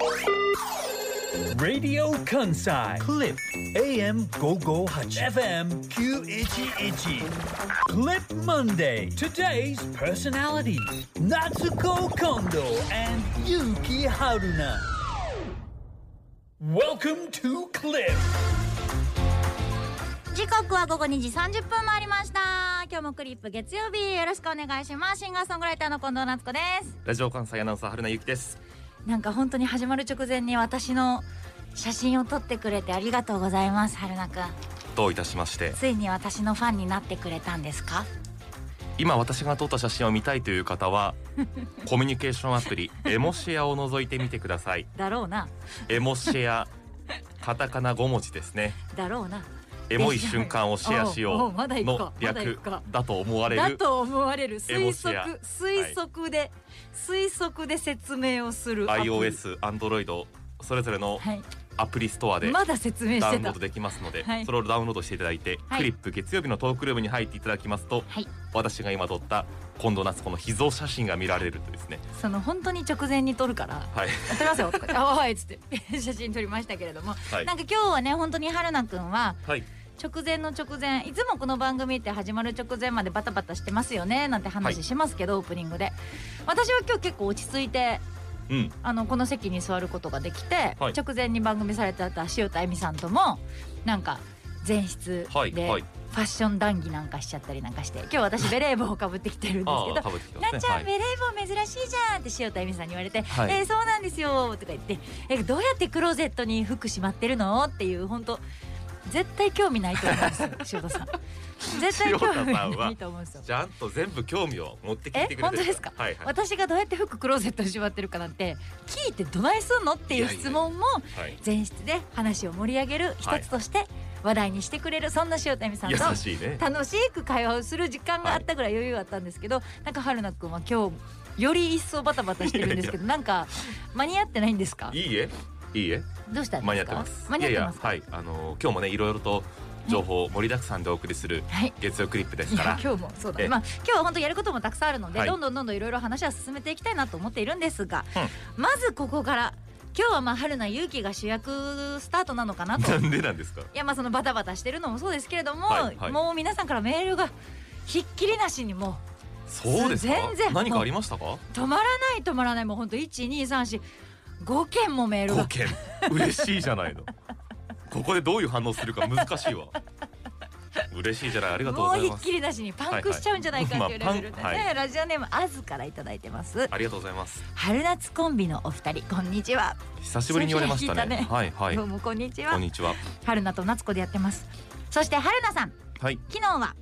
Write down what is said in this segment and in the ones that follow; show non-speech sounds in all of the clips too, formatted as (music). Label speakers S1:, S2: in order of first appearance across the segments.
S1: ラジオ関西クリップ AM558FM911 E Clip Monday Today's personality Natsuko Kondo and Yuki Haruna Welcome to Clip
S2: 時刻は午後2時30分回りました今日もクリップ月曜日よろしくお願いしますシンガーソングライターの近藤夏子です
S3: ラジオ関西アナウンサー春名ゆきです。
S2: なんか本当に始まる直前に私の写真を撮ってくれてありがとうございます春菜くん
S3: どういたしまして、
S2: ついに私のファンになってくれたんですか
S3: 今私が撮った写真を見たいという
S2: (laughs)
S3: 方は、コミュニケーションアプリエモシェアを覗いてみてください。
S2: だろうな
S3: エモシェア、カタカナ5文字ですね。
S2: だろうな
S3: エモい瞬間をシェアし
S2: おうお
S3: よ
S2: うまだ
S3: う
S2: 行くかまだ
S3: の
S2: 行
S3: 略
S2: くか
S3: だと思われ
S2: だ
S3: る。
S2: と思われる
S3: エモ
S2: 推
S3: シェア
S2: 測推測で、推測で説明をするアプリ
S3: iOS、Android それぞれの
S2: はい
S3: アプリストアで
S2: まだ説明し
S3: ダウ
S2: て
S3: ンロー
S2: た
S3: ドできますので
S2: はい、
S3: それをダウンロードしていただいて、
S2: はい
S3: クリップ月曜日のトークルームに入っていただきますと、
S2: はい
S3: 私が今撮った近藤夏子の秘蔵写真が見られるとですね。
S2: その本当に直前に撮るから
S3: はい。
S2: 「撮りますよ」とか言って「あはい」っつって (laughs) 写真撮りましたけれども、
S3: はい
S2: なんか今日はね本当に春菜くんは
S3: はい。
S2: 直前の直前いつもこの番組って始まる直前までバタバタしてますよねなんて
S3: は
S2: 話
S3: い
S2: しますけど、オープニングで私は今日結構落ち着いて
S3: うん。
S2: あのこの席に座ることができて、
S3: はい
S2: 直前に番組されてた塩田恵美さんともなんか前室でフ
S3: はいはい
S2: ァッション談義なんかしちゃったりなんかして今日私ベレー帽をかぶってきてるんですけ
S3: あ
S2: ど
S3: あ、かぶってきてます
S2: な
S3: ね
S2: っち。ゃん、
S3: はい
S2: ベレー帽珍しいじゃんって塩田恵美さんに言われて「
S3: はい
S2: えーそうなんですよ」とか言って「えどうやってクローゼットに服しまってるの?」っていう本当絶対興味ないと思う
S3: (laughs)
S2: んですよ塩田さん絶対興味ないと思うんですよ
S3: ちゃんと全部興味を持ってきてくれてる
S2: え本当ですか
S3: はいはい
S2: 私がどうやって服クローゼットにしまってるかなんて聞いてどないすんのっていう質問も
S3: はい
S2: 前室で話を盛り上げる一つとして話題にしてくれるそんな塩田恵美さんと
S3: 優しいね
S2: 楽しく会話をする時間があったぐらい余裕があったんですけど、なんか春菜くんは今日より一層バタバタしてるんですけどなんか間に合ってないんですか
S3: いいえいいえ
S2: どうしたんですか
S3: 間に合ってます
S2: 間に合ってます
S3: いやいやはいあのー今日もねいろいろと情報盛りだくさんでお送りする
S2: はい
S3: 月曜クリップです
S2: い
S3: か
S2: や
S3: ら
S2: 今日もそうだ、
S3: え
S2: ね、
S3: え
S2: まあ今日は本当やることもたくさんあるので、
S3: はい
S2: どんどんどんどんいろいろ話は進めていきたいなと思っているんですが、まずここから今日はまあ春菜勇気が主役スタートなのかな
S3: (laughs)
S2: と
S3: なんでなんですか
S2: いやまあそのバタバタしてるのもそうですけれども、
S3: はいはい
S2: もう皆さんからメールがひっきりなしにもう
S3: そうですか
S2: 全然
S3: 何かありましたか
S2: 止まらない止まらないもう本当一二三四五件もメール
S3: 5
S2: が
S3: 件嬉しいじゃないのここでどういう反応するか難しいわ嬉しいじゃないありがとう
S2: もう
S3: ござい
S2: ひ
S3: ま
S2: っ
S3: す
S2: きりなしにパンクしちゃうんじゃないかっていうレベルでね、
S3: はいはいまあパンは
S2: ラジオネームあずからいただいてます、
S3: ありがとうございます
S2: 春夏コンビのお二人こんにちは、
S3: 久しぶりに言われましたね
S2: 久しぶりに聞い
S3: はいはい
S2: どうもこんにちは
S3: こんにちは
S2: 春菜と夏子でやってますそして春菜さん
S3: はい
S2: 昨日は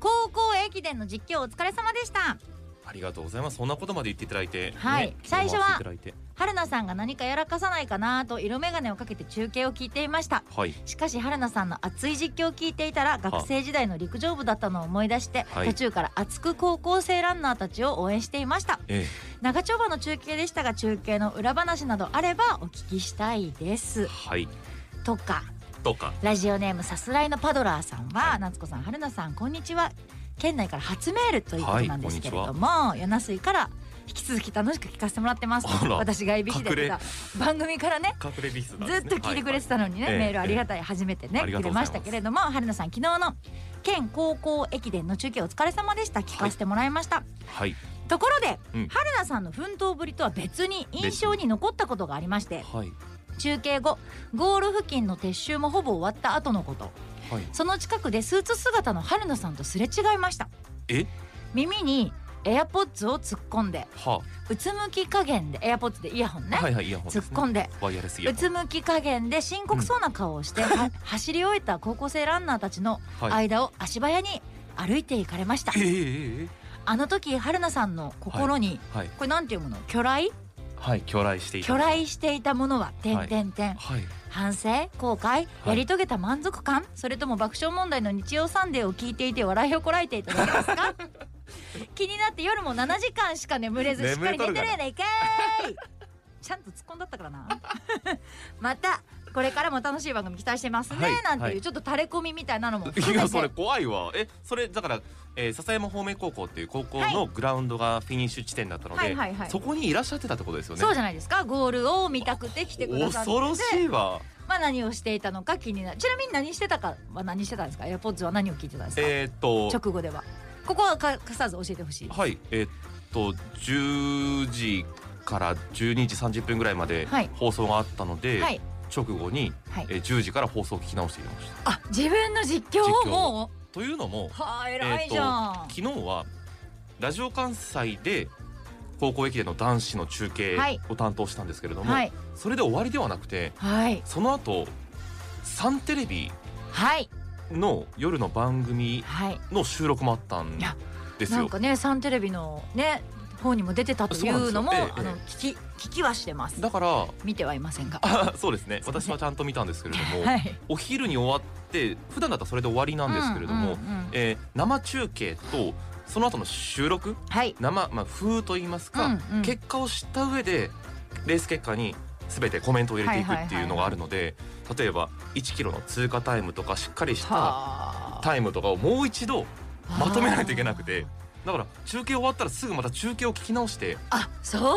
S2: 高校駅伝の実況お疲れ様でした
S3: ありがとうございますそんなことまで言っていただいて
S2: はい
S3: ね
S2: 最初は
S3: 回していただいて
S2: 春菜さんが何かやらかさないかなと色眼鏡をかけて中継を聞いていました
S3: はい
S2: しかし春菜さんの熱い実況を聞いていたら学生時代の陸上部だったのを思い出して、
S3: はい
S2: 途中から熱く高校生ランナーたちを応援していました
S3: え
S2: 長丁場の中継でしたが中継の裏話などあればお聞きしたいで
S3: え
S2: す
S3: はい
S2: とか
S3: とか
S2: ラジオネームさすらいのパドラーさんは、夏子さん春菜さんこんにちは県内から初メールということなんですけれども、与那水から引き続き楽しく聞かせてもらってます
S3: あら
S2: 私がいびきで出た番組からね
S3: 隠れリスナ
S2: ず
S3: ーで
S2: っ
S3: すね
S2: と聞いてくれて
S3: は
S2: たのにね、
S3: はいはい
S2: メールありがたい、初めてね
S3: ありが
S2: く
S3: と
S2: れ
S3: うござい
S2: ま
S3: ます
S2: したけれども春菜さん昨日の県高校駅伝の中継お疲れ様でした聞かせてもらいました、
S3: はいはい
S2: ところで、
S3: うん
S2: 春菜さんの奮闘ぶりとは別に印象に残ったことがありまして
S3: はい
S2: 中継後ゴール付近の撤収もほぼ終わった後のこと
S3: はい
S2: その近くでスーツ姿の春菜さんとすれ違いました
S3: え
S2: 耳にエアポッツを突っ込んで
S3: は
S2: うつむき加減でエアポッツでイヤホンね、
S3: あはいはいイヤホン
S2: 突っ込んで
S3: ワイヤレスイヤ
S2: う
S3: ホン
S2: つむき加減で深刻そうな顔を
S3: (laughs)
S2: して、は走り終えた高校生ランナーたちの
S3: はい
S2: 間を足早に歩いて行かれました、
S3: えええええ
S2: あの時春菜さんの心に、
S3: えはい
S2: これなんて読むの巨来
S3: はい巨来していた
S2: 巨来していたものは点
S3: はい
S2: 点点 (laughs)
S3: はい
S2: 反省後悔やり遂げた
S3: (laughs)
S2: 満足感、それとも爆笑問題の日曜サンデーを聞いていて笑いをこらえていただけですか気になって夜も7時間しか眠れずしっかり寝てるやないかいちゃんと突っ込んだったからな (laughs) またこれからも楽しい番組期待してますね、
S3: はい
S2: なんていう、
S3: はい
S2: ちょっと垂れ込みみたいなのも含
S3: い
S2: め
S3: や
S2: て
S3: それ怖いわえそれだから、えー、笹山方面高校っていう高校のグラウンドがフィニッシュ地点だったので、
S2: はいはいはい
S3: そこにいらっしゃってたってことですよね
S2: そうじゃないですかゴールを見たくて来てくださって
S3: 恐ろしいわ
S2: まあ何をしていたのか気になるちなみに何してたかは何してたんですか AirPods は何を聞いてたんですか、
S3: えー、っと
S2: 直後ではここはかかさず教えてほしい
S3: はいえーっと10時から12時30分ぐらいまで
S2: はい
S3: 放送があったので、
S2: はい
S3: 直後に、
S2: はい
S3: えー10時から放送を聞き直していました
S2: あ自分の実況を
S3: 実況
S2: も
S3: というのも
S2: うはあ偉いじゃん、
S3: 昨日はラジオ関西で高校駅伝の男子の中継
S2: はい
S3: を担当したんですけれども、
S2: はい
S3: それで終わりではなくて
S2: はい
S3: その後サンテレビ
S2: はい
S3: の夜の番組
S2: はい
S3: の収録もあったん
S2: いや
S3: です
S2: なん
S3: よ。
S2: かねサンテレビのね方にも出てたというのも
S3: そうなんですよ
S2: あ
S3: ええ
S2: の聞き聞きはしてます
S3: だから
S2: 見てはいませんが
S3: あそうですね
S2: すいません
S3: 私はちゃんと見たんですけれど
S2: (laughs)
S3: も、
S2: はい
S3: お昼に終わって普段だったらそれで終わりなんですけれど
S2: うん
S3: も、
S2: うんうん
S3: えー生中継とその後の収録
S2: はい
S3: 生、まあ、風と言いますか、
S2: うんうん
S3: 結果を知った上でレース結果に全てコメントを入れていく
S2: はいはいはい
S3: っていうのがあるので例えば1キロの通過タイムとかしっかりした
S2: はあ
S3: タイムとかをもう一度まとめないといけなくて
S2: あ
S3: だから中継終わったらすぐまた中継を聞き直して
S2: あそういう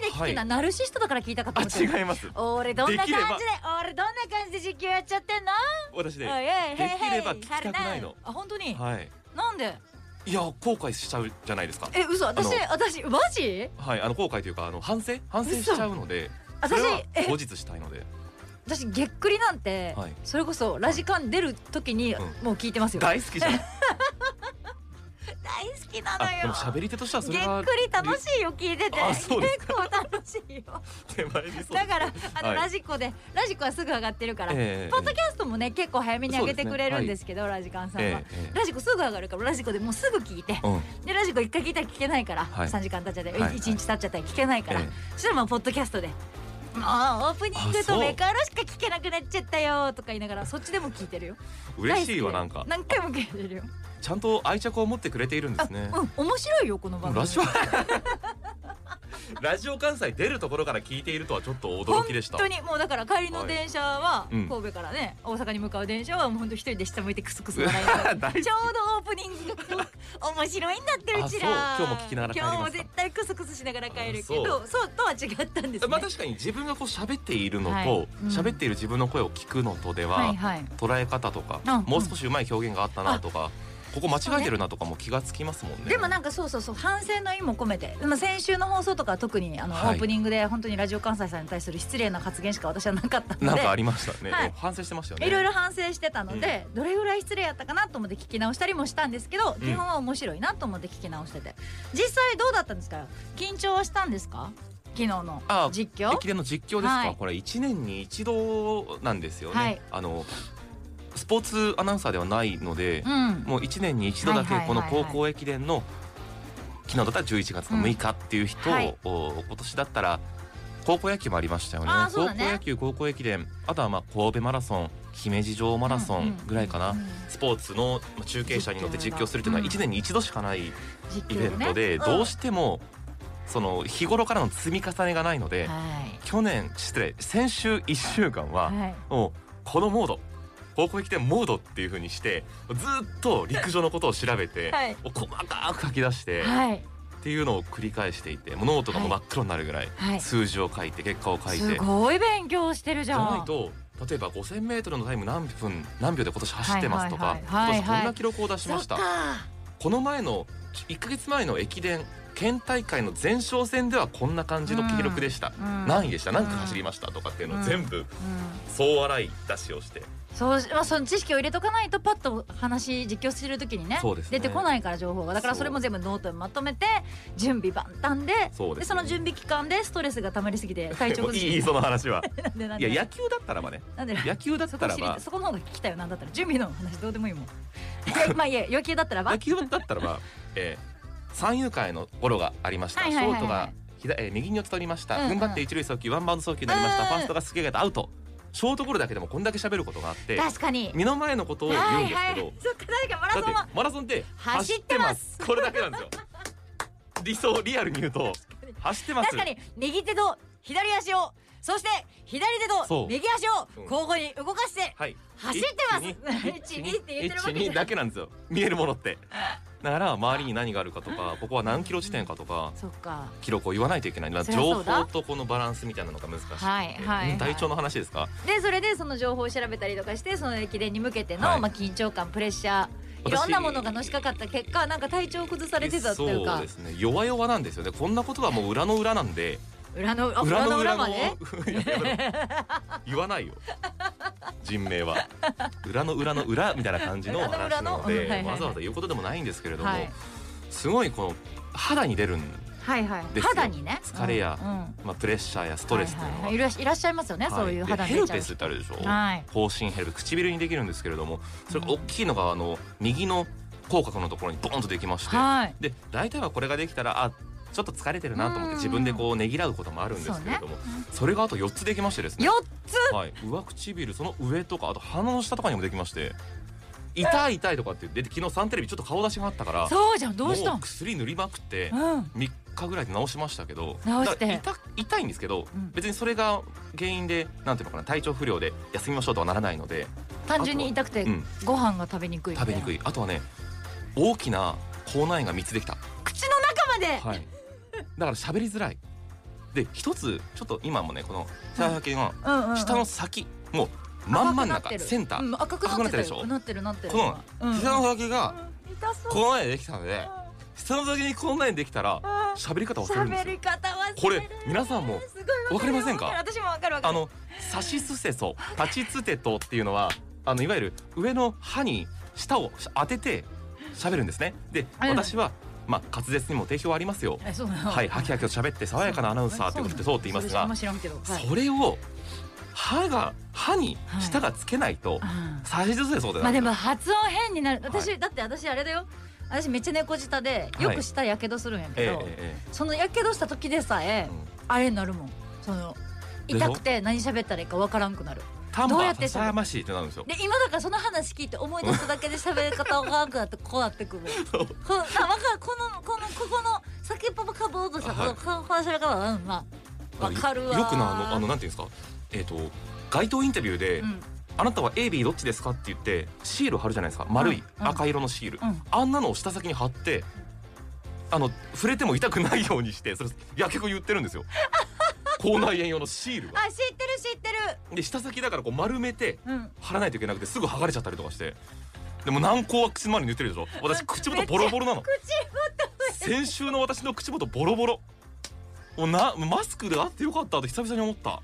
S2: 意味で聞くな、
S3: はい
S2: ナルシストだから聞いたかと
S3: あ
S2: 思った
S3: 違います
S2: 俺どんな感じで
S3: できれば
S2: 俺どんな感じで実況やっちゃってんの
S3: 私ね
S2: おいおいへいへい
S3: できれば聞きたくないの
S2: 春菜あ本当に、
S3: はい
S2: なんで
S3: いや後悔しちゃうじゃないですか
S2: え嘘私
S3: あの
S2: 私マジ
S3: はいあの後悔というかあの反省反省しちゃうのでそ
S2: 私
S3: れは
S2: え
S3: 後日したいので
S2: 私げっくりなんて、
S3: はい
S2: それこそラジカン出る時に、
S3: う
S2: もう聞いてますよ
S3: 大好
S2: (laughs)
S3: きじゃん
S2: 大好きな
S3: あ
S2: のよ
S3: でも喋り手としてはそ
S2: げ
S3: れは
S2: っくり楽しいよ聞いてて
S3: あそうです
S2: 結構楽しい
S3: (laughs)
S2: よ
S3: 手前にそう
S2: だからあの、
S3: はい
S2: ラジコでラジコはすぐ上がってるから、
S3: ええ
S2: ポッドキャストもね結構早めに上げて
S3: そうですね
S2: くれるんですけどラジカンさんは、
S3: ええええ
S2: ラジコすぐ上がるからラジコでもうすぐ聞いて
S3: うん
S2: でラジコ一回聞いたら聞けないから、
S3: はい
S2: 3時間経っちゃって、
S3: はいはい
S2: 1日経っちゃったら聞けないから、
S3: ええ
S2: そしたらまあポッドキャストで。もうオープニング
S3: あそ
S2: と
S3: う
S2: メカロしか聞けなくなっちゃったよとか言いながらそっちでも聞いてるよ
S3: 嬉しいわな
S2: 大
S3: ん
S2: 好
S3: か
S2: きで何回も聞いてるよ、
S3: ちゃんと愛着を持ってくれているんですね
S2: うん面白いよこの番組
S3: ラジオラジオ関西出るところから聞いているとはちょっと
S2: 本
S3: 驚きでした
S2: 当にもうだから帰りの電車は
S3: はいうん
S2: 神戸からね、大阪に向かう電車はもう本当一人で下向いてクスクス笑いなが
S3: (laughs) 大
S2: ら
S3: 好き
S2: ちょうどオープニングが面白いんだってうちら
S3: あそう今日も聞きながら帰りま
S2: 今
S3: すか
S2: 日も絶対クスクスしながら帰るけ
S3: あそ
S2: どそうとは違ったんですね、
S3: まあ確かに自分がこう喋っているのと、
S2: はいうん
S3: 喋っている自分の声を聞くのとでは、
S2: はいはい
S3: 捉え方とか、
S2: うん
S3: もう少しうまい表現があったなとか、ここ間違えてるなとかも気がつきますもんね。
S2: でもなんかそうそうそう反省の意も込めて、まあ、先週の放送とかは特にあの、
S3: はい
S2: オープニングで本当にラジオ関西さんに対する失礼な発言しか私はなかったので
S3: なんかありましたね。
S2: はい
S3: 反省してましたよね。
S2: いろいろ反省してたので、どれぐらい失礼やったかなと思って聞き直したりもしたんですけど、
S3: ん
S2: 基本は面白いなと思って聞き直してて実際どうだったんですか緊張はしたんですか昨日の
S3: あ
S2: 実況
S3: 駅伝の実況ですか、
S2: はい
S3: これ1年に一度なんですよね、
S2: はい
S3: あのスポーツアナウンサーではないので
S2: う、ん
S3: もう1年に一度だけ
S2: はいはい
S3: こ
S2: はい
S3: の
S2: はい
S3: 高校駅伝の昨日だったら11月の6日っていう人を、
S2: うんはい
S3: お今年だったら高校野球もありましたよね
S2: あーそう
S3: 高
S2: だ
S3: 校
S2: ね
S3: 野球高校駅伝あとはまあ神戸マラソン姫路城マラソンぐらいかな、
S2: うんうん
S3: スポーツのまあ中継車に乗って実況するというの
S2: うん
S3: は1年に一度しかないイ
S2: 実況
S3: ベントで、
S2: ね
S3: どう
S2: し
S3: してもその日頃からの積み重ねがないので、
S2: はい
S3: 去年失礼先週1週間は、
S2: はい
S3: もうこのモード高校駅伝モードっていう風にしてずっと陸上のことを調べて、
S2: はい
S3: もう細かく書き出して、
S2: はい
S3: っていうのを繰り返していてもうノートがもう真っ黒になるぐらい、
S2: はい
S3: 数字を書いて結果を書いて
S2: す
S3: じ
S2: ごい勉強してるじ
S3: ゃ
S2: ゃん
S3: ないと例えば 5,000m のタイム何分何秒で今年走ってますとか、
S2: はいはいはいはい
S3: 今年こんな記録を出しました、
S2: そっか
S3: この前の1ヶ月前の駅伝県大会の前哨戦ではこんな感じの記録でした、
S2: うんうん
S3: 何位でした何区走りましたとかっていうのを全部
S2: うん
S3: 総洗い出しをして
S2: そうしまあ、その知識を入れとかないとパッと話実況するときにね
S3: そうですね
S2: 出てこないから情報がだからそれも全部ノートにまとめて準備万端で
S3: そうですね
S2: その準備期間でストレスが溜まりすぎ
S3: (laughs)
S2: て体調
S3: もう
S2: 崩し
S3: いいその話は
S2: なん (laughs) でなん
S3: い
S2: で
S3: や野球だったらばね
S2: なんでなんで
S3: 野球だ
S2: (laughs)
S3: っ
S2: そ
S3: た
S2: こ
S3: ら
S2: 知り
S3: ば
S2: そこの方が聞きたいよなんだったら準備の話どうでもいいもん (laughs) いやまあいいや余計だったらば
S3: 野球だったらば、えー、三遊会のゴロがありました、
S2: はいはいはいはい
S3: ショートが左、えー右に打ち取りました、
S2: うんうん
S3: 踏ん張って一塁送球ワンバウンド送球になりました、
S2: うんうん
S3: ファーストがすげえアウトショートゴールだけでもこんだけ喋ることがあって
S2: 確かに
S3: 目の前のことを言うんですけど、
S2: そっか誰かマラソン
S3: だっ
S2: は
S3: てマラソンって
S2: 走ってます
S3: 走ってこれだけなんですよ理想リアルに言うと走ってます
S2: 確かに右手と左足をそして左手
S3: そ
S2: と
S3: う
S2: 右足を
S3: うん
S2: 交互に動かして
S3: はい
S2: 走ってます
S3: 一二
S2: 一二って言ってるわけじゃない
S3: 一二だけなんですよ見えるものってだから周りに何があるかとかここは何キロ地点かとか
S2: そっか
S3: 記録を言わないといけないだか
S2: そ
S3: ら
S2: りゃ
S3: 情
S2: そうだ
S3: 報とこのバランスみたいなのが難しい
S2: はいはいはい
S3: 体調の話ですか
S2: でそれでその情報を調べたりとかしてその駅伝に向けての、
S3: はい
S2: まあ、緊張感プレッシャーい
S3: 私
S2: ろんなものがのしかかった結果なんか体調を崩されてたっていう
S3: そう
S2: か
S3: ですね弱々なんですよねこんなことはもう裏の裏なんで
S2: 裏のあ裏
S3: 裏の
S2: の
S3: 裏
S2: 裏
S3: の
S2: まで
S3: (laughs) やめろ言わないよ人名は裏の裏の裏みたいな感じの話なの
S2: 裏の裏のうんはいは
S3: で
S2: いはい
S3: わざわざ言うことでもないんですけれども、
S2: はい
S3: すごいこの肌に出るん、
S2: はいはい
S3: ですよ
S2: 肌にね
S3: 疲れや
S2: うんうん
S3: まあ、プレッシャーやストレスっていうのは,
S2: は
S3: はい、
S2: はいいはい、いらっいらっしゃいますよね、そういう
S3: で
S2: 肌に
S3: ヘ
S2: 出
S3: ル
S2: ちゃう
S3: ペスってあるでしょ、
S2: はい
S3: 方針ヘルペス唇にできるんですけれどもそれが大きいのがあの右の口角のところにボーンとできまして、
S2: はい
S3: で大体はこれができたらあちょっと疲れてるなと思って自分でこうねぎらうこともあるんですけれどもそ,、れがあと4つできましてですね
S2: 四 (laughs)
S3: はい、上唇その上とかあと鼻の下とかにもできまして痛い痛いとかって出て昨日サンテレビちょっと顔出しがあったから
S2: つそうじゃんどうした
S3: も
S2: ん
S3: う薬塗りまくって
S2: うん
S3: 3日ぐらいで治しましたけど
S2: 治して
S3: だから痛痛いんですけど、
S2: うん
S3: 別にそれが原因でなんていうのかな体調不良で休みましょうとはならないので
S2: 単純に痛くて、
S3: うん
S2: ご飯が食べにくい
S3: 食べにく
S2: い
S3: いあとはね大きな口内炎が3つできた
S2: 口の中まで、
S3: はい、だから喋りづらいで一つちょっと今もねこの下先の
S2: うんうんうん
S3: 下の先もう真ん真ん
S2: 赤くなって
S3: 中
S2: る
S3: センタ
S2: う
S3: ー
S2: ん、赤くなってたよ
S3: 赤く
S2: なってるなってる
S3: この
S2: うんうん
S3: 膝の先が
S2: うん痛そう
S3: この前できたので下の先にこんなにできたら
S2: あー
S3: 喋り方忘れるんで
S2: 喋
S3: すよ
S2: り方は
S3: これ皆さんも
S2: すごい
S3: わかりませんか
S2: わる私もわかるわか
S3: あ
S2: る
S3: の差しすせそ立ちつてとっていうのはあのいわゆる上の歯に舌を当てて喋るんですねで
S2: うん
S3: 私はまあ滑舌にも定評ありますよ
S2: えそうなの
S3: はいハキハキと喋って爽やかなアナウンサーってことってそうって言いますが
S2: それあんま知らんけどはい
S3: それを歯が歯に舌がつけないと
S2: あー
S3: 差しずせそうだ
S2: まあ
S3: な
S2: で
S3: ん
S2: も
S3: だ
S2: 発音変になる私、
S3: は
S2: だって私あれだよ私めっちゃ猫舌でよく舌やけどするんやけ
S3: ええ
S2: ど、
S3: ええ
S2: そのやけどした時でさえ
S3: ええうん
S2: あれになるもんその
S3: でしょ
S2: 痛くて何喋ったらいいかわからんくなる
S3: 丹
S2: どうや
S3: 波
S2: って
S3: 篠山市ってなるんですよ
S2: で今だからその話聞いて思い出すだけで喋り方わからんくなってこうなってくる
S3: そう
S2: このあわかるこのこのここの先っぽのかぼうとさ、
S3: はい
S2: このこの喋り方うんまあわかるわ
S3: よくなあのあのなんていうんですかえっ、と街頭インタビューで、
S2: うん
S3: あなたは AB どっちですか?」って言ってシール貼るじゃないですか丸い、
S2: うん
S3: 赤色のシール、
S2: うん
S3: あんなのを下先に貼ってあの触れても痛くないようにしてそれやけく言ってるんで
S2: (laughs)
S3: すよ口内炎用のシールが
S2: あ知ってる知ってる
S3: で下先だからこう丸めて
S2: うん
S3: 貼らないといけなくてすぐ剥がれちゃったりとかしてでも軟膏は口の周りに塗ってるでしょ私口元ボロボロなの先週の私の口元ボロボロもうなマスクであってよかったと久々に思った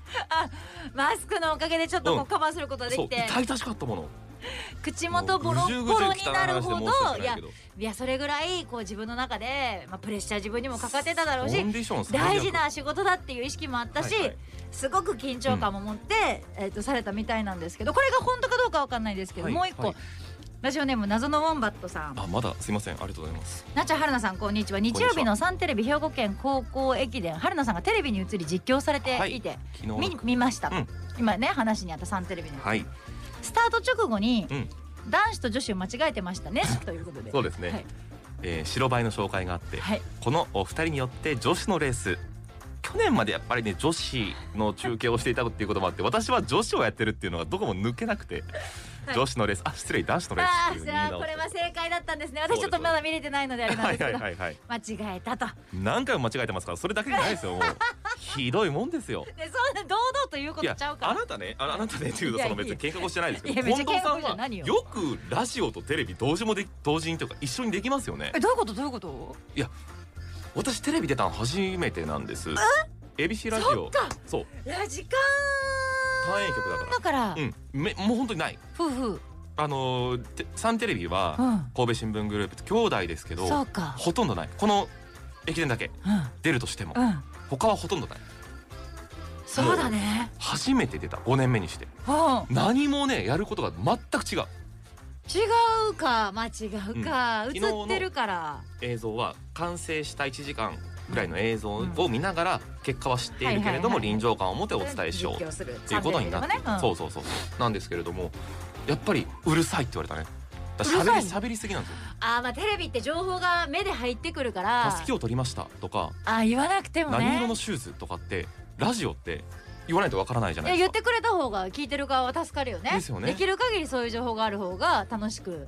S2: マスクのおかげでちょっとこ
S3: う
S2: うんカバーすることがで
S3: そう
S2: きて、
S3: 痛々しかったもの
S2: 口元ボロボロになるほどいや
S3: ど
S2: いやそれぐらいこう自分の中で、まあ、プレッシャー自分にもかかってただろう
S3: コン
S2: し
S3: ディション最悪
S2: 大事な仕事だっていう意識もあったし、
S3: はいはい
S2: すごく緊張感も持って、えっとされたみたいなんですけどこれが本当かどうかわかんないですけど、
S3: はい
S2: もう一個、
S3: はい
S2: ラジオネーム謎のウォンバットさん
S3: あまだすいませんありがとうございます
S2: なっちゃんはるなさんこんにちは
S3: ち
S2: 日
S3: は
S2: 曜日のサンテレビ兵庫県高校駅伝はるなさんがテレビに映り実況されていて、
S3: 昨日の
S2: 見見ました、
S3: うん
S2: 今ね話にあったサンテレビの、
S3: はい
S2: スタート直後に、
S3: うん
S2: 男子と女子を間違えてましたねということで
S3: そうですね、
S2: はい
S3: えー白バイの紹介があって、
S2: はい
S3: このお二人によって女子のレース去年までやっぱりね女子の中継をしていたっていうこともあって私は女子をやってるっていうのがどこも抜けなくて、
S2: はい
S3: 女子のレースあ失礼男子のレース
S2: ああ
S3: っていうふ
S2: じ
S3: うに言
S2: ゃ
S3: い
S2: あ
S3: 直
S2: これは
S3: して
S2: 正解だったんですね
S3: そうで
S2: 私
S3: す
S2: ちょっとまだ見れてないのであれなん
S3: は
S2: で
S3: い
S2: すけ
S3: はい
S2: ど
S3: はいはい
S2: 間違えたと
S3: 何回も間違えてますからそれだけじゃないですよもうひどいもんですよ
S2: でそんな堂々というこ
S3: い
S2: と
S3: や
S2: ちゃう
S3: あ
S2: から
S3: なたねああなたねっていうと
S2: いや
S3: その別に喧嘩をしてないですけど
S2: いや別
S3: 近
S2: に
S3: 藤さん
S2: 喧嘩腰じゃ
S3: は
S2: 何よ
S3: よくラジオとテレビ同時もで同時にというか一緒にできますよね
S2: えどういうことどういうこと
S3: 私テレビ出たの初めてなんです ABC ラジ
S2: そ
S3: オ
S2: っか
S3: そう
S2: いや時間
S3: 単円曲だか
S2: だから、
S3: らうんめもう本当にない
S2: 夫婦
S3: あのーてサンテレビは
S2: うん
S3: 神戸新聞グループって兄弟ですけど
S2: そうか
S3: ほとんどないこの駅伝だけ
S2: う
S3: 出るとしても
S2: んうん
S3: 他はほとんどない
S2: そうだね
S3: 初めて出た5年目にして
S2: うん
S3: 何もねやることが全く違う
S2: 違うかまあ違うか、
S3: うん
S2: 映ってるから
S3: 映像は完成した1時間ぐらいの映像を見ながら結果は知っているけれ
S2: はい
S3: ども
S2: はいはい
S3: 臨場感を持ってお伝えしよう
S2: 実況する
S3: っていうことになって、
S2: チャンネルでもねん
S3: そうそうそうなんですけれどもやっぱりうるさいって言われたねだから
S2: うるさい
S3: 喋り喋りすぎなんですよ
S2: あーまあテレビって情報が目で入ってくるから
S3: 助けを取りましたとか
S2: あー言わなくてもね
S3: 何色のシューズとかってラジオって言わないとわからないじゃない
S2: や
S3: で
S2: 言っ
S3: すか
S2: てくれた方が聞いてる側は助かるよね
S3: ですよね
S2: きる限りそういう情報がある方が楽しく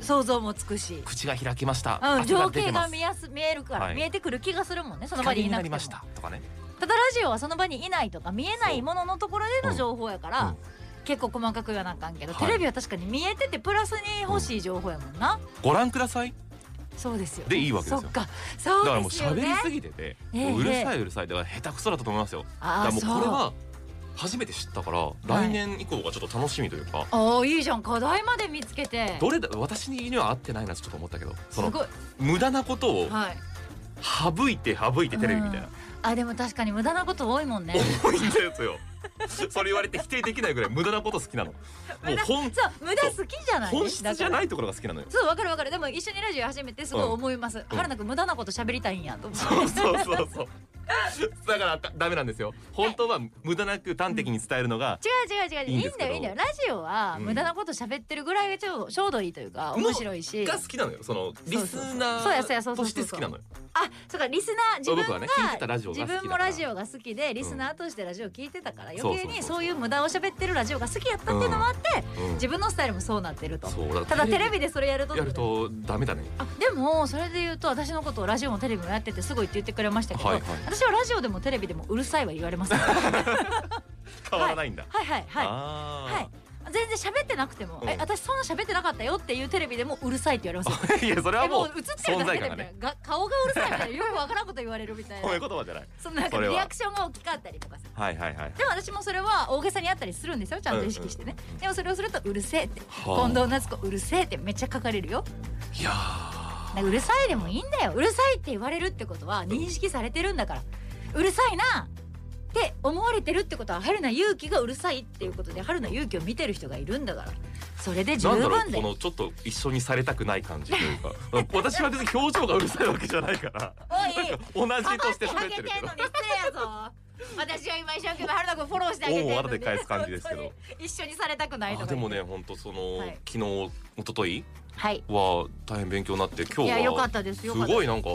S2: 想像もつくし、
S3: 口が開きました
S2: うん、
S3: 汗
S2: 情
S3: が出て
S2: 景が
S3: ます
S2: 見やす見えるから、
S3: はい
S2: 見えてくる気がするもんねその場に
S3: 光
S2: い
S3: に
S2: な
S3: な
S2: くて
S3: り
S2: も
S3: ましたとかね
S2: ただラジオはその場にいないとか見えないもののところでの情報やから、
S3: うんうん
S2: 結構細かく言わなあかんけど、
S3: はい
S2: テレビは確かに見えててプラスに欲しい情報やもんな、
S3: ご覧ください
S2: そうですよね
S3: でいいわけですよ
S2: そっか
S3: だか
S2: そ
S3: ら
S2: う
S3: もう
S2: ですよ
S3: 喋
S2: ね
S3: りすぎてて、
S2: ええ
S3: もううるさいうるさいだから下手くそだったと思いますよだ
S2: あ
S3: から
S2: あ
S3: もう
S2: そ
S3: こ
S2: う
S3: れは初めて知ったから来年以降がちょっと楽しみというか、
S2: ああいいじゃん課題まで見つけて
S3: どれだ私には合ってないなってちょっと思ったけど
S2: す
S3: その
S2: ごい
S3: 無駄なことを
S2: はい
S3: 省いて省いてテレビみたいな、
S2: あでも確かに無駄なこと多いもんね
S3: 多いんですよそれ言われて否定できないぐらい無駄なこと好きなのもう本
S2: そう無駄好きじゃない
S3: 本質じゃないいところが好きなのよ
S2: そうわかるわかるでも一緒にラジオ始めてすごい思います、
S3: うん
S2: 春菜くん無駄なこと喋りたいんやと思って
S3: そうそうそうそうだからだダメなんですよ本当は無駄なく端的に伝えるのが、
S2: 違う違う違うい
S3: いいん
S2: い
S3: で
S2: ん
S3: す
S2: だよ
S3: けど
S2: いいんだよラジオは
S3: うん
S2: 無駄なこと喋ってるぐらいがちょうどちょうどいいというか面白いし
S3: が好きなのよそのリスナ
S2: そうそうそうそうやそうやそ
S3: ー
S2: うそうそ
S3: と
S2: う
S3: して好きなのよ
S2: あそうかリスナー自分
S3: 僕
S2: が、
S3: はね聞いてたラジオが好きだから
S2: 自分もラジオが好きでリスナーとしてラジオ聞いてたから
S3: うん
S2: 余計にそういう無駄を喋ってるラジオが好きやったっていうのもあって、
S3: うん
S2: 自分のスタイルもそうなってると
S3: そうだ
S2: ただテレビでそれやると
S3: やるとダメだね
S2: あでもそれで言うと私のことをラジオもテレビもやっててすごいって言ってくれましたけど、
S3: はいはい
S2: 私はラジオでもテレビでもうるさいは言われますよはい
S3: 変わらないんだ、
S2: はいはい
S3: あー
S2: はい全然喋ってなくても、
S3: うん
S2: え私そんな喋ってなかったよっていうテレビでもうるさいって言われますよ
S3: いや (laughs) それは
S2: えも
S3: も
S2: う
S3: う
S2: 映ってるだ
S3: 存
S2: けで
S3: 在感
S2: み
S3: が
S2: たい
S3: ね
S2: なが顔がうるさいみたいなよくわからんこと言われるみたいな
S3: 褒め言葉じゃない
S2: そのなんか
S3: それは
S2: リアクションが大きかったりとかさ
S3: はいはいはい
S2: でも私もそれは大げさにやったりするんですよちゃんと意識してね、でもそれをするとうるせえって
S3: はあ
S2: 近藤夏子うるせえってめっちゃ書かれるよ
S3: いやー
S2: なんかうるさいでもいいんだようるさいって言われるってことは認識されてるんだからうるさいなって思われてるってことは春菜勇気がうるさいっていうことで春菜勇気を見てる人がいるんだからそれで十
S3: なん
S2: 分
S3: だ
S2: だよ
S3: ろうこのちょっと一緒にされたくない感じとい
S2: (laughs)
S3: うか私は別に表情がうるさいわけじゃないから
S2: おい
S3: なんか同じとして喋っ
S2: ハマってハゲてん
S3: てるけど
S2: のに失礼やぞ私は今一生懸命春菜君フォローしてあげてんのに
S3: 恩をあだで返す感じですけど
S2: 本当に一緒にされたくないと
S3: あ
S2: か
S3: で
S2: 言って
S3: もね本当その、
S2: はい
S3: 昨日一昨日
S2: はい
S3: は大変勉強になって今
S2: い
S3: 日
S2: やよか
S3: は
S2: ったです
S3: す
S2: よかった
S3: ごいなんか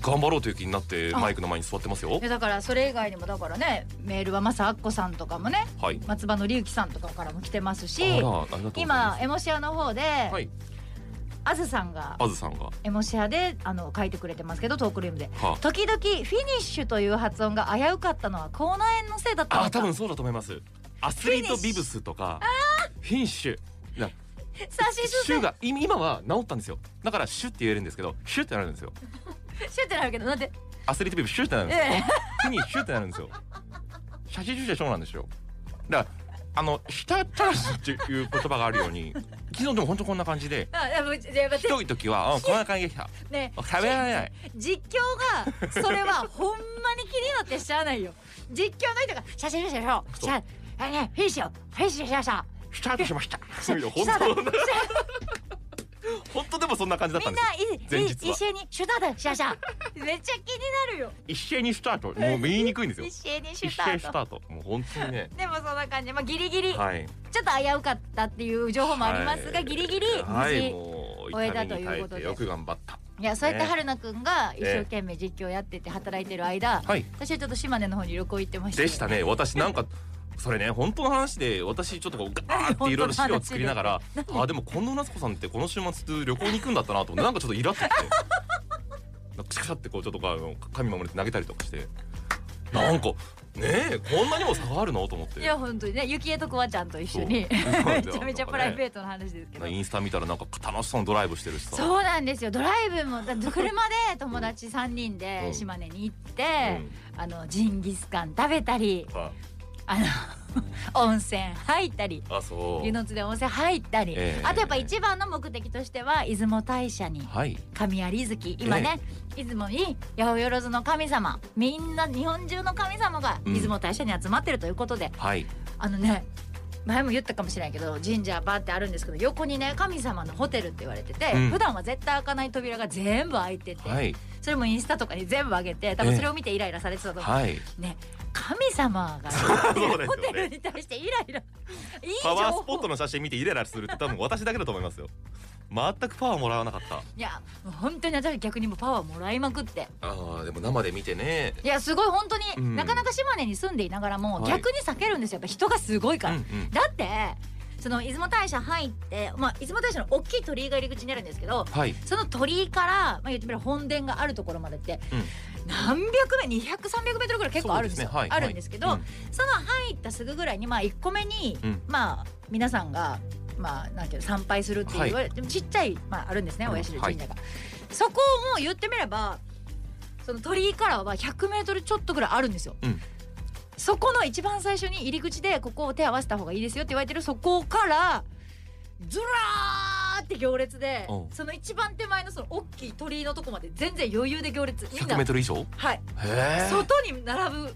S3: 頑張ろうという気になって
S2: あ
S3: マイクの前に座ってますよ
S2: いやだからそれ以外にもだからねメールはまさあっこさんとかもね
S3: はい
S2: 松葉のりゆきさんとかからも来てますし
S3: あらありがとうございま
S2: 今
S3: す
S2: エモシアの方で、
S3: はい
S2: あずさんが
S3: あずさんが
S2: エモシアであの書いてくれてますけどトークルームで
S3: は
S2: 時々フィニッシュという発音が危うかったのは口内炎のせいだったの
S3: あ
S2: か
S3: あ多分そうだと思いますアスリートビブスとかフィニッシュな
S2: 差し出
S3: シュ
S2: 世
S3: が今今は治ったんですよだからシュって言えるんですけどシュってなるんですよ
S2: シュってなるけどなんで、
S3: アスリートビブスシュってなるんですよ
S2: ええ
S3: 手にシュってなるんですよ。写真集者そうなんですよ。だからあの舌たらしっていう言葉があるよう
S2: (laughs)
S3: に、昨日でも本当こんな感じで、
S2: あでもでも
S3: ひどい時はうんこんな感じでした。
S2: ね
S3: 食べられない。
S2: 実況がそれはほんまに気になってしゃあないよ実況の人が「写真写真写真
S3: そう
S2: 写真あねフィニッシュよフィニッシュしました」
S3: スタートしました。いや
S2: (laughs) スター
S3: 本当本当でもそんな感じだっ
S2: み
S3: たん
S2: ん
S3: で
S2: な
S3: すよ。
S2: い
S3: 前
S2: い
S3: 日は
S2: 一斉にシュタートしましためっちゃ気になるよ
S3: 一斉にスタート。もう言いにくいんですよ
S2: 一。斉にシ
S3: 一
S2: ュター
S3: 斉
S2: ト
S3: スタート。もう本当にね。
S2: でもそんな感じ、まあ、ギリギリ、
S3: (laughs) はい。
S2: ちょっと危うかったっていう情報もありますが、
S3: はい
S2: ギリギリ無事、、
S3: はいいもう
S2: 終え
S3: 痛
S2: た
S3: み
S2: とい
S3: に
S2: う
S3: 耐え
S2: こと
S3: て
S2: で
S3: よく頑張った。
S2: やそうやって
S3: ね
S2: 春菜くんが一生懸命実況やってて働いてる間、
S3: はい。
S2: 私はちょっと島根の方に旅行行ってました
S3: でしたね私なんかそれね本当の話で私ちょっとこうガーっていろいろ資料を作りながらあーでも近藤夏子さんってこの週末旅行に行くんだったなと思ってなんかちょっとイラっときてなんかくしゃくしゃってこうちょっとこうあの紙守れて投げたりとかしてなんかねえこんなにも差があるのと思って
S2: いや本当にね雪江とこわちゃんと一緒に
S3: そう
S2: (laughs) めちゃめちゃプライベートの話ですけど
S3: インスタ見たらなんか楽しそうにドライブしてるしさ
S2: そうなんですよドライブもだ車で友達3人で
S3: うん
S2: 島根に行って、
S3: うん
S2: あのジンギスカン食べたり
S3: あ
S2: あの温泉入ったり
S3: あそう
S2: 湯の津で温泉入ったり、
S3: ええ
S2: あとやっぱ一番の目的としては出雲大社に
S3: はい
S2: 神有月今ね、出雲に八百万の神様みんな日本中の神様が
S3: うん
S2: 出雲大社に集まってるということで、
S3: はい
S2: あのね前も言ったかもしれないけど神社バーってあるんですけど横にね神様のホテルって言われてて、
S3: うん
S2: 普段は絶対開かない扉が全部開いてて、
S3: はい
S2: それもインスタとかに全部上げて多分それを見てイライラされてたと思う、
S3: はい。
S2: ね神様が
S3: (laughs) そうですよね
S2: ホテルに対してイライラいい情
S3: パ
S2: 報
S3: ワースポットの写真見てイライラするって多分私だけだと思いますよ。全くパワーもらわなかった。
S2: いやもう本当に私逆にもうパワーもらいまくって
S3: ああでも生で見てね。
S2: いやすごい本当に、
S3: うん
S2: なかなか島根に住んでいながらも、
S3: はい
S2: 逆に避けるんですよやっぱ人がすごいから、
S3: ん。
S2: だってその出雲大社入って、まあ、出雲大社の大きい鳥居が入り口になるんですけど
S3: はい。
S2: その鳥居から、まあ、言ってみれば本殿があるところまでって、何百メ200300メートルぐらい結構あるんですよ
S3: そうはい
S2: あるんですけど、
S3: はいうん
S2: その入ったすぐぐらいに、まあ、1個目に、
S3: うん
S2: まあ皆さんが、まあ、なんていうの参拝するっていう、
S3: は
S2: でもちっちゃい、まあ、あるんですね
S3: うん
S2: お社神社が、そこをもう言ってみればその鳥居からは100メートルちょっとぐらいあるんですよ。
S3: うん
S2: そこの一番最初に入り口でここを手合わせた方がいいですよって言われてるそこからずらーって行列で
S3: うん
S2: その一番手前のその大きい鳥居のとこまで全然余裕で行列みん
S3: 100メ
S2: な
S3: ートル以上。へ
S2: はい
S3: え。
S2: 外に並ぶ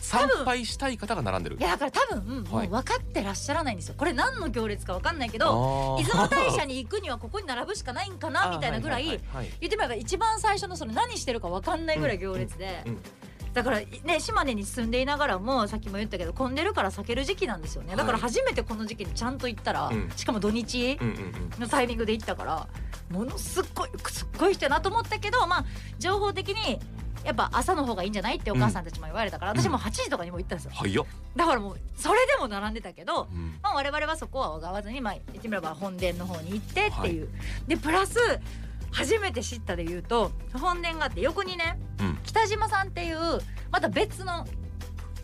S3: 参拝したい方が並んでる
S2: い。やだから多分もう
S3: はい
S2: 分かってらっしゃらないんですよこれ何の行列か分かんないけど
S3: 出
S2: 出雲大社に行くにはここに並ぶしかないんか
S3: (laughs)
S2: なみたいなぐらい
S3: はいはいはい
S2: 言ってみれば一番最初のその何してるか分かんないぐらい行列で、
S3: うんうん
S2: だからね島根に住んでいながらもさっきも言ったけど混んでるから避ける時期なんですよねだから
S3: はい
S2: 初めてこの時期にちゃんと行ったら、
S3: うん
S2: しかも土日
S3: うんうんうん。
S2: のタイミングで行ったからものすっごいすっごい人やなと思ったけどまあ情報的にやっぱ朝の方がいいんじゃないってお母さんたちも言われたから、
S3: うん
S2: 私も8時とかにもう行ったんですよ
S3: はいよ。
S2: だからもうそれでも並んでたけど、
S3: うん
S2: まあ、我々はそこはわずに、まあ、言ってみれば本殿の方に行ってっていう、でプラス初めて知ったで言うと本殿があって横にね、
S3: うん
S2: 北島さんっていうまた別の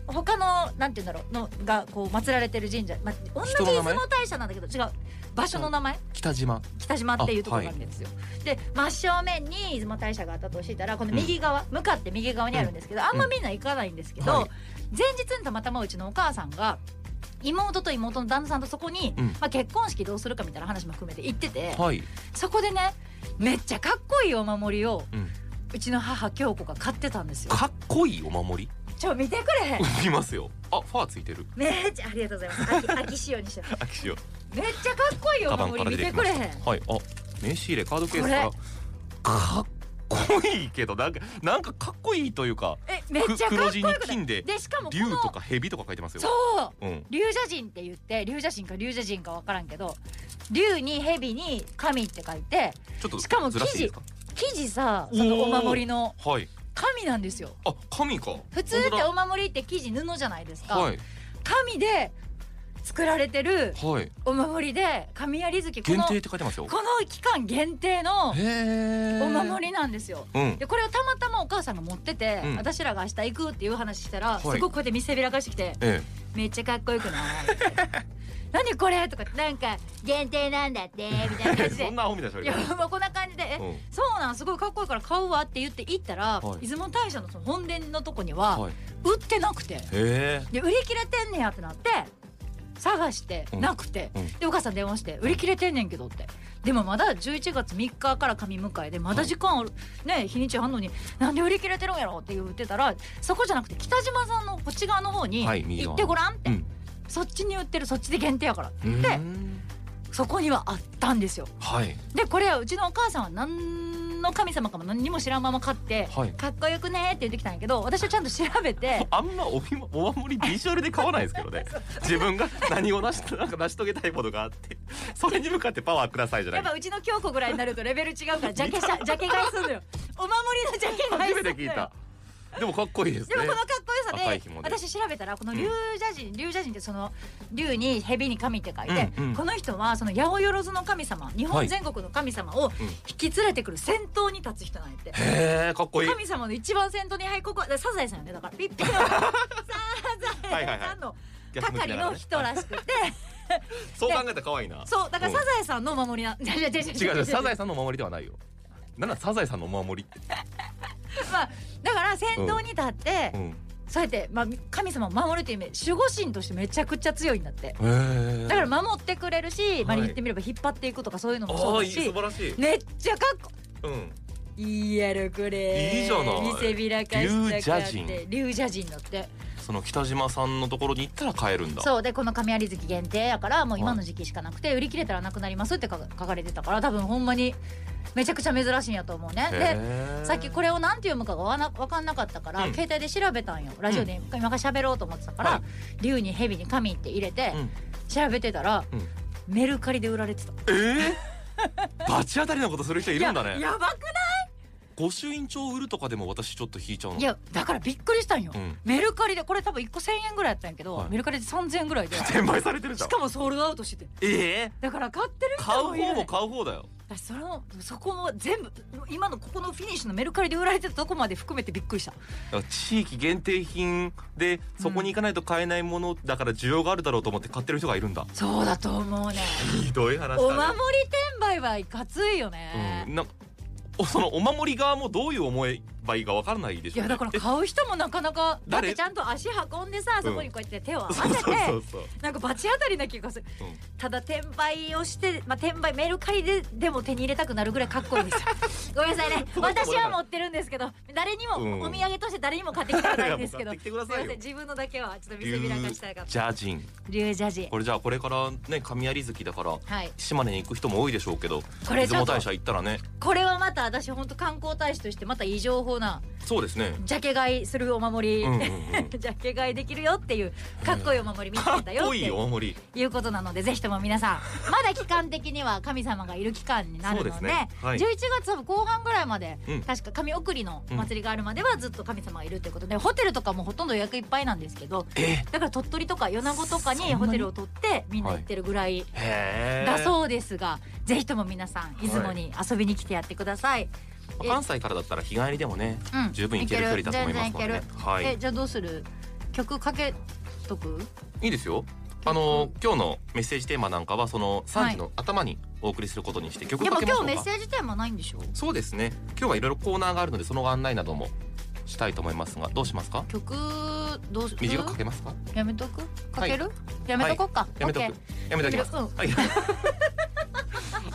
S2: 他のなんて言うんだろうのがこう祀られてる神社、まあ、同じ
S3: 人
S2: 出
S3: の名
S2: 雲
S3: 前
S2: 大社なんだけど違う場所の名前、
S3: 北島。
S2: 北島っていうところなんですよ。で真正面に出雲大社があったとしたらこの右側、向かって右側にあるんですけど、あんまみんな行かないんですけど、
S3: うんはい
S2: 前日にたまたまうちのお母さんが妹と妹の旦那さんとそこに、
S3: うん
S2: まあ、結婚式どうするかみたいな話も含めて行ってて、
S3: はい。
S2: そこでねめっちゃかっこいいお守りを
S3: うん
S2: うちの母京子が買ってたんですよ。
S3: かっこいいお守り。
S2: ちょ見てくれ
S3: いますよ。あファーついてる。
S2: めっちゃありがとうございます秋秋仕様にしてる
S3: (laughs) あきよ。
S2: めっちゃかっこいいお
S3: カバン
S2: 守
S3: から
S2: り見
S3: 出て
S2: て
S3: きま
S2: くれ
S3: した。はい。あ名刺入れカードケースから
S2: こ。
S3: かっこいいけどなんかなんかかっこいいというか。
S2: えめっちゃかっこ
S3: 黒
S2: よ
S3: 字
S2: く
S3: に
S2: ない
S3: 金で
S2: でしかもこ
S3: 竜と
S2: の
S3: か蛇とか書いてますよ。
S2: そう
S3: うん。
S2: 龍蛇神って言って龍蛇神か龍蛇神か分からんけど龍に蛇に神って書いて
S3: ちょっと
S2: しかも
S3: ずらしていいです
S2: 生地さその
S3: お
S2: お
S3: ー
S2: 守りの
S3: か。はい。
S2: 神なんですよ
S3: あ神か。
S2: 普通って
S3: 本
S2: お守りって生地布じゃないです
S3: 当
S2: か、
S3: だはい
S2: 神で作られてる
S3: はい。
S2: お守りで神有月こ
S3: 限
S2: の
S3: 定って書いてますよ。
S2: この期間限定の
S3: へえ。
S2: お守りなんですよ
S3: り。うん。
S2: でこれをたまたまお母さんが持ってて、
S3: うん
S2: 私らが明日行くっていう話したら、
S3: い
S2: すごくこうやって見せびらかしてきて
S3: え
S2: めっちゃかっこよく
S3: (laughs)
S2: ないみたいな何これとかなんか限定なんだってみたいな感
S3: え。
S2: じで
S3: (laughs) そんなアホみたいない人
S2: や
S3: いる。
S2: もうこんな感じで「え、
S3: うん。
S2: そうなんすごいかっこいいから買うわ」って言って行ったら、
S3: はい
S2: 出雲大社のその本殿のとこには、
S3: はい。
S2: 売ってなくて
S3: へえ。
S2: で売り切れてんねやってなって探して
S3: うん
S2: なくて、
S3: うん
S2: でお母さん電話して「売り切れてんねんけど」って。でもまだ11月3日から神迎えでまだ時間ある、ね日にちあんのになんで売り切れてるんやろって言ってたらそこじゃなくて北島さんのこっち側の方に
S3: はい右
S2: 行
S3: 側
S2: ってごらんって、
S3: うん
S2: そっちに売ってるそっちで限定やから
S3: う
S2: で
S3: ん。
S2: そこにはあったんですよ
S3: はい。
S2: でこれはうちのお母さんは何の神様かも何にも知らんまま買って、
S3: はい
S2: かっこよくねって言ってきたんやけど私はちゃんと調べて
S3: あんまおみまお守りビジュアルで買わないですけ
S2: (laughs)
S3: どね自分が何を成しなんか成し遂げたいことがあってそれに向かってパワーくださいじゃな
S2: や
S3: い
S2: っぱうちの京子ぐらいになるとレベル違うからジャケシャジャケ買いすんのよお守りのジャケ買い
S3: 初
S2: す
S3: め
S2: んの
S3: て
S2: よ
S3: 聞いたでもかっこいいです
S2: で
S3: ね
S2: もこのかっこよさ
S3: 赤
S2: で
S3: い紐で
S2: 私調べたらこの龍蛇神、龍蛇神ってその龍に蛇に神って書いて、
S3: うんうん
S2: この人はその八百万の神様日
S3: は
S2: 本
S3: い
S2: 全国の神様を
S3: うん
S2: 引き連れてくる先頭に立つ人なんやって、
S3: へえかっこいい
S2: 神様の一番先頭にはいここだからサザエさんよねだからピッピのサザエさんの係の人らしくて、
S3: そう考えたら可愛いな
S2: そうだから
S3: ん
S2: サザエさんのお守りな違う違う
S3: 違う違うサザエさんのお守りではないよなんだサザエさんのお守りって
S2: (laughs) まあだから先頭に立って、
S3: うん
S2: そうやって、まあ、神様を守るという意味守護神としてめちゃくちゃ強いんだって
S3: へえ
S2: だから守ってくれるし、まあ
S3: はい
S2: 言ってみれば引っ張っていくとかそういうのも
S3: あ
S2: そ
S3: あ
S2: う
S3: い
S2: だ
S3: い
S2: し、
S3: 素晴らしい
S2: めっちゃかっこ
S3: うん
S2: いいやろこれ
S3: いいじゃない
S2: 見せびらかしたかっ
S3: 龍
S2: て龍蛇人だって
S3: その北島さんのところに行ったら買えるんだ
S2: そうでこの神有月限定やからもう今の時期しかなくて売り切れたらなくなりますって書か書かれてたから多分ほんまにめちゃくちゃ珍しいんやと思うねで
S3: へー
S2: さっきこれを何て読むかがわな分かんなかったから、
S3: うん
S2: 携帯で調べたんよラジオで今から喋ろうと思ってたから
S3: は
S2: 「竜に蛇に神」って入れて
S3: うん
S2: 調べてたら、
S3: うん
S2: メルカリで売られてた
S3: えーバチ当たりなことする人いるんだ
S2: い
S3: ね
S2: ややばく
S3: 御朱印帳売るとかでも私ちょっと引いちゃうの
S2: いやだからびっくりしたんよ、
S3: うん
S2: メルカリでこれ多分1個1,000円ぐらいやったんやけど、
S3: はい
S2: メルカリで3,000円ぐらいでし
S3: 転売されてるじゃん
S2: かもソールドアウトしてて
S3: ええ
S2: だから買ってる
S3: 買
S2: 人
S3: う
S2: もいる
S3: 方も買う方だよ
S2: 私そのそこも全部今のここのフィニッシュのメルカリで売られてたとこまで含めてびっくりした
S3: だから地域限定品でそこに行かないと買えないものだから需要があるだろうと思って買ってる人がいるんだ、
S2: そうだと思う
S3: (laughs)
S2: ね
S3: ひどい話
S2: お守り
S3: だね
S2: 転売はかついよね、
S3: うん、なおそのお守り側もどういう思えばいいかわからないでし
S2: い
S3: ょ
S2: や
S3: うね
S2: だから
S3: え
S2: 買う人もなかなかだっ
S3: (laughs) 誰
S2: てちゃんと足運んでさそこにこうやって手を合わ
S3: そう
S2: せて
S3: そうそうそう
S2: なんか罰当たりな気がする
S3: うん
S2: ただ転売をして、まあ、転売メルカリででも手に入れたくなるぐらいかっこいいですよ
S3: (laughs)
S2: ごめんなさいね私は持ってるんですけど誰にも、
S3: うん
S2: お土産として誰にも買ってきたくないんですけど
S3: 誰がも買ってきてく (laughs) ださいよ
S2: すません自分のだけはちょっと見せびらかしたかった
S3: ジャージン
S2: 龍ジャージ
S3: これじゃあこれからね神有月だから
S2: はい
S3: 島根に行く人も多いでしょうけど
S2: これ
S3: 出
S2: ちょ
S3: 雲
S2: っと
S3: 大社行ったらね
S2: これはまた私本当観光大使としてまたいい情報な
S3: そうですね
S2: ジャケ買いするお守り、
S3: うんうんうん
S2: (laughs) ジャケ買いできるよっていうかっこいいお守り見つ
S3: か
S2: け
S3: った
S2: よっ
S3: こ
S2: て
S3: い
S2: い
S3: いうお守り
S2: いうことなのでぜひとも皆さんまだ期間的には神様がいる期間になるので
S3: そうですねはい
S2: 11月多分後半ぐらいまで、
S3: うん
S2: 確か神送りのお祭りがあるまではずっと神様がいるということで、ホテルとかもほとんど予約いっぱいなんですけど
S3: え
S2: だから鳥取とか米子とかにホテルを取ってみんな行ってるぐらい
S3: へえ
S2: だそうですが、ぜひとも皆さん出雲に遊びに来てやってください。え
S3: 関西からだったら日帰りでもね
S2: うん
S3: 十分行ける距離だと思いますので
S2: い
S3: ね
S2: ける全然い
S3: は
S2: え
S3: い
S2: じゃあどうする曲かけとく
S3: いいですよあの今日のメッセージテーマなんかはその3時の頭にお送りすることにして曲
S2: で
S3: か
S2: も
S3: けま
S2: 今
S3: しょ
S2: 日
S3: う
S2: メッセ
S3: か
S2: ージテーマないんでしょ
S3: そうですね今日はいろいろコーナーがあるのでその案内などもしたいと思いますがどうしますか
S2: 曲どうする
S3: 短くかけますか
S2: やめとくかける、やめとこっか、
S3: やめとく
S2: オッケ
S3: やめときます
S2: うん
S3: はい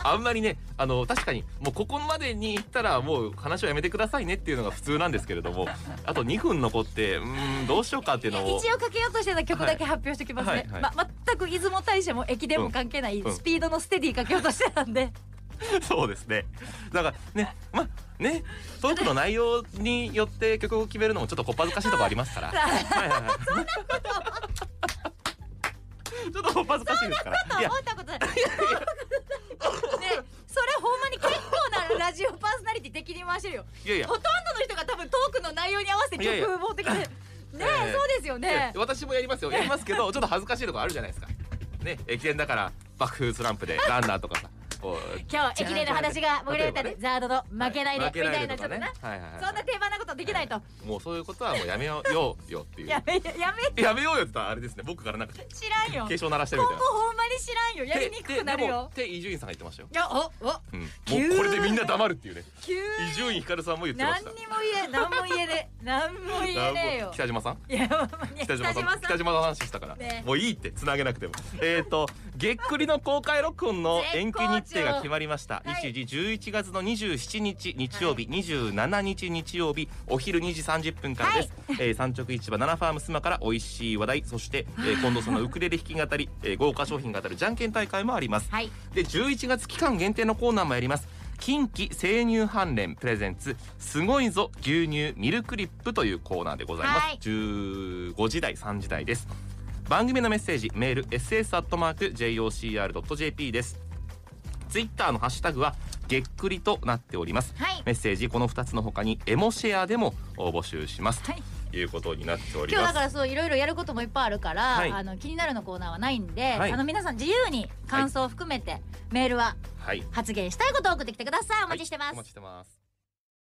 S3: あんまりねあの確かにもうここまでに行ったらもう話をやめてくださいねっていうのが普通なんですけれどもあと2分残ってうーんどうしようかっていう
S2: ー
S3: のを
S2: 一応かけようとしてた曲だけ発表しておきますね、
S3: はいはい
S2: ま全く出雲大社も駅伝も関係ない
S3: うん
S2: スピードのステディかけようとしてたんで、
S3: (laughs) そうですね。だからね、まあね、トークの内容によって曲を決めるのもちょっとこっぱずかしいところあります
S2: (laughs)
S3: から。はいはいはい。ちょっとこっぱずかしいですから。いや
S2: 思、ったことないねそれほんまに結構なラジオパーソナリティ的に回してるよ
S3: いやいや
S2: ほとんどの人が多分トークの内容に合わせて
S3: いやいや
S2: 曲持ってきてねえ
S3: ええ
S2: そうですよね
S3: え私もやりますよ。やりますけど、ちょっと恥ずかしいところあるじゃないですか。ね、駅伝だから、爆風スランプでランナーとかさ。こう
S2: 今日駅伝の話が僕らだった
S3: 例
S2: で
S3: え
S2: ザードの負けないで
S3: は
S2: みたいなち
S3: 負け
S2: ょっと
S3: で
S2: な
S3: とかねはいはいはい。
S2: そんな定番なことできないと
S3: もうそういうことはもうやめようよよっていう。
S2: や
S3: や
S2: めやめ
S3: めようよって言ったらあれですね。僕からなんか
S2: 知らんよ
S3: 警
S2: 今
S3: 鐘鳴らしてる
S2: 後
S3: みたいな。
S2: ほんまに知らんよやりにくくなるよ
S3: でででもって伊集院さんが言ってましたよ。
S2: いやおお
S3: うん、も
S2: 急
S3: うこれでみんな黙るっていうね
S2: 急
S3: 伊集院光さんも言ってま
S2: 何
S3: し
S2: に
S3: た
S2: も言え何も言えねえ何も言えねえ
S3: (laughs) なるほど
S2: よ
S3: 北島さん
S2: いやほんまに
S3: (laughs) 北島さん北島の話したから、
S2: ね
S3: もういいって繋げなくても (laughs) えっ、ー、とげっくりの公開録音の延期日程が決まりました
S2: はい
S3: 日時11月の27日日曜日、27日日曜日お昼2時30分からです、えー産直市場7ファームスマから美味しい話題そ (laughs) して、えー、近藤さんのウクレレ弾き語り、えー豪華商品が当たるじゃんけん大会もあります
S2: はい
S3: で11月期間限定のコーナーもやります近畿生乳関連プレゼンツすごいぞ牛乳ミルクリップというコーナーでございます、
S2: はい
S3: 15時台3時台です番組のメッセージメール ss アットマーク jocr.jp ですツイッターのハッシュタグはげっくりとなっております
S2: はい
S3: メッセージこの2つの他にエモシェアでも募集します
S2: はい
S3: ということになっており
S2: 今日
S3: ま
S2: だ
S3: す
S2: からそういろいろやることもいっぱいあるから、
S3: はい
S2: あの気になるのコーナーはないんで、
S3: はい
S2: あの皆さん自由に感想を含めてメールは
S3: はい
S2: 発言したいことを送ってきてくださいお
S3: お
S2: 待ちしてます、
S3: お待ちしてます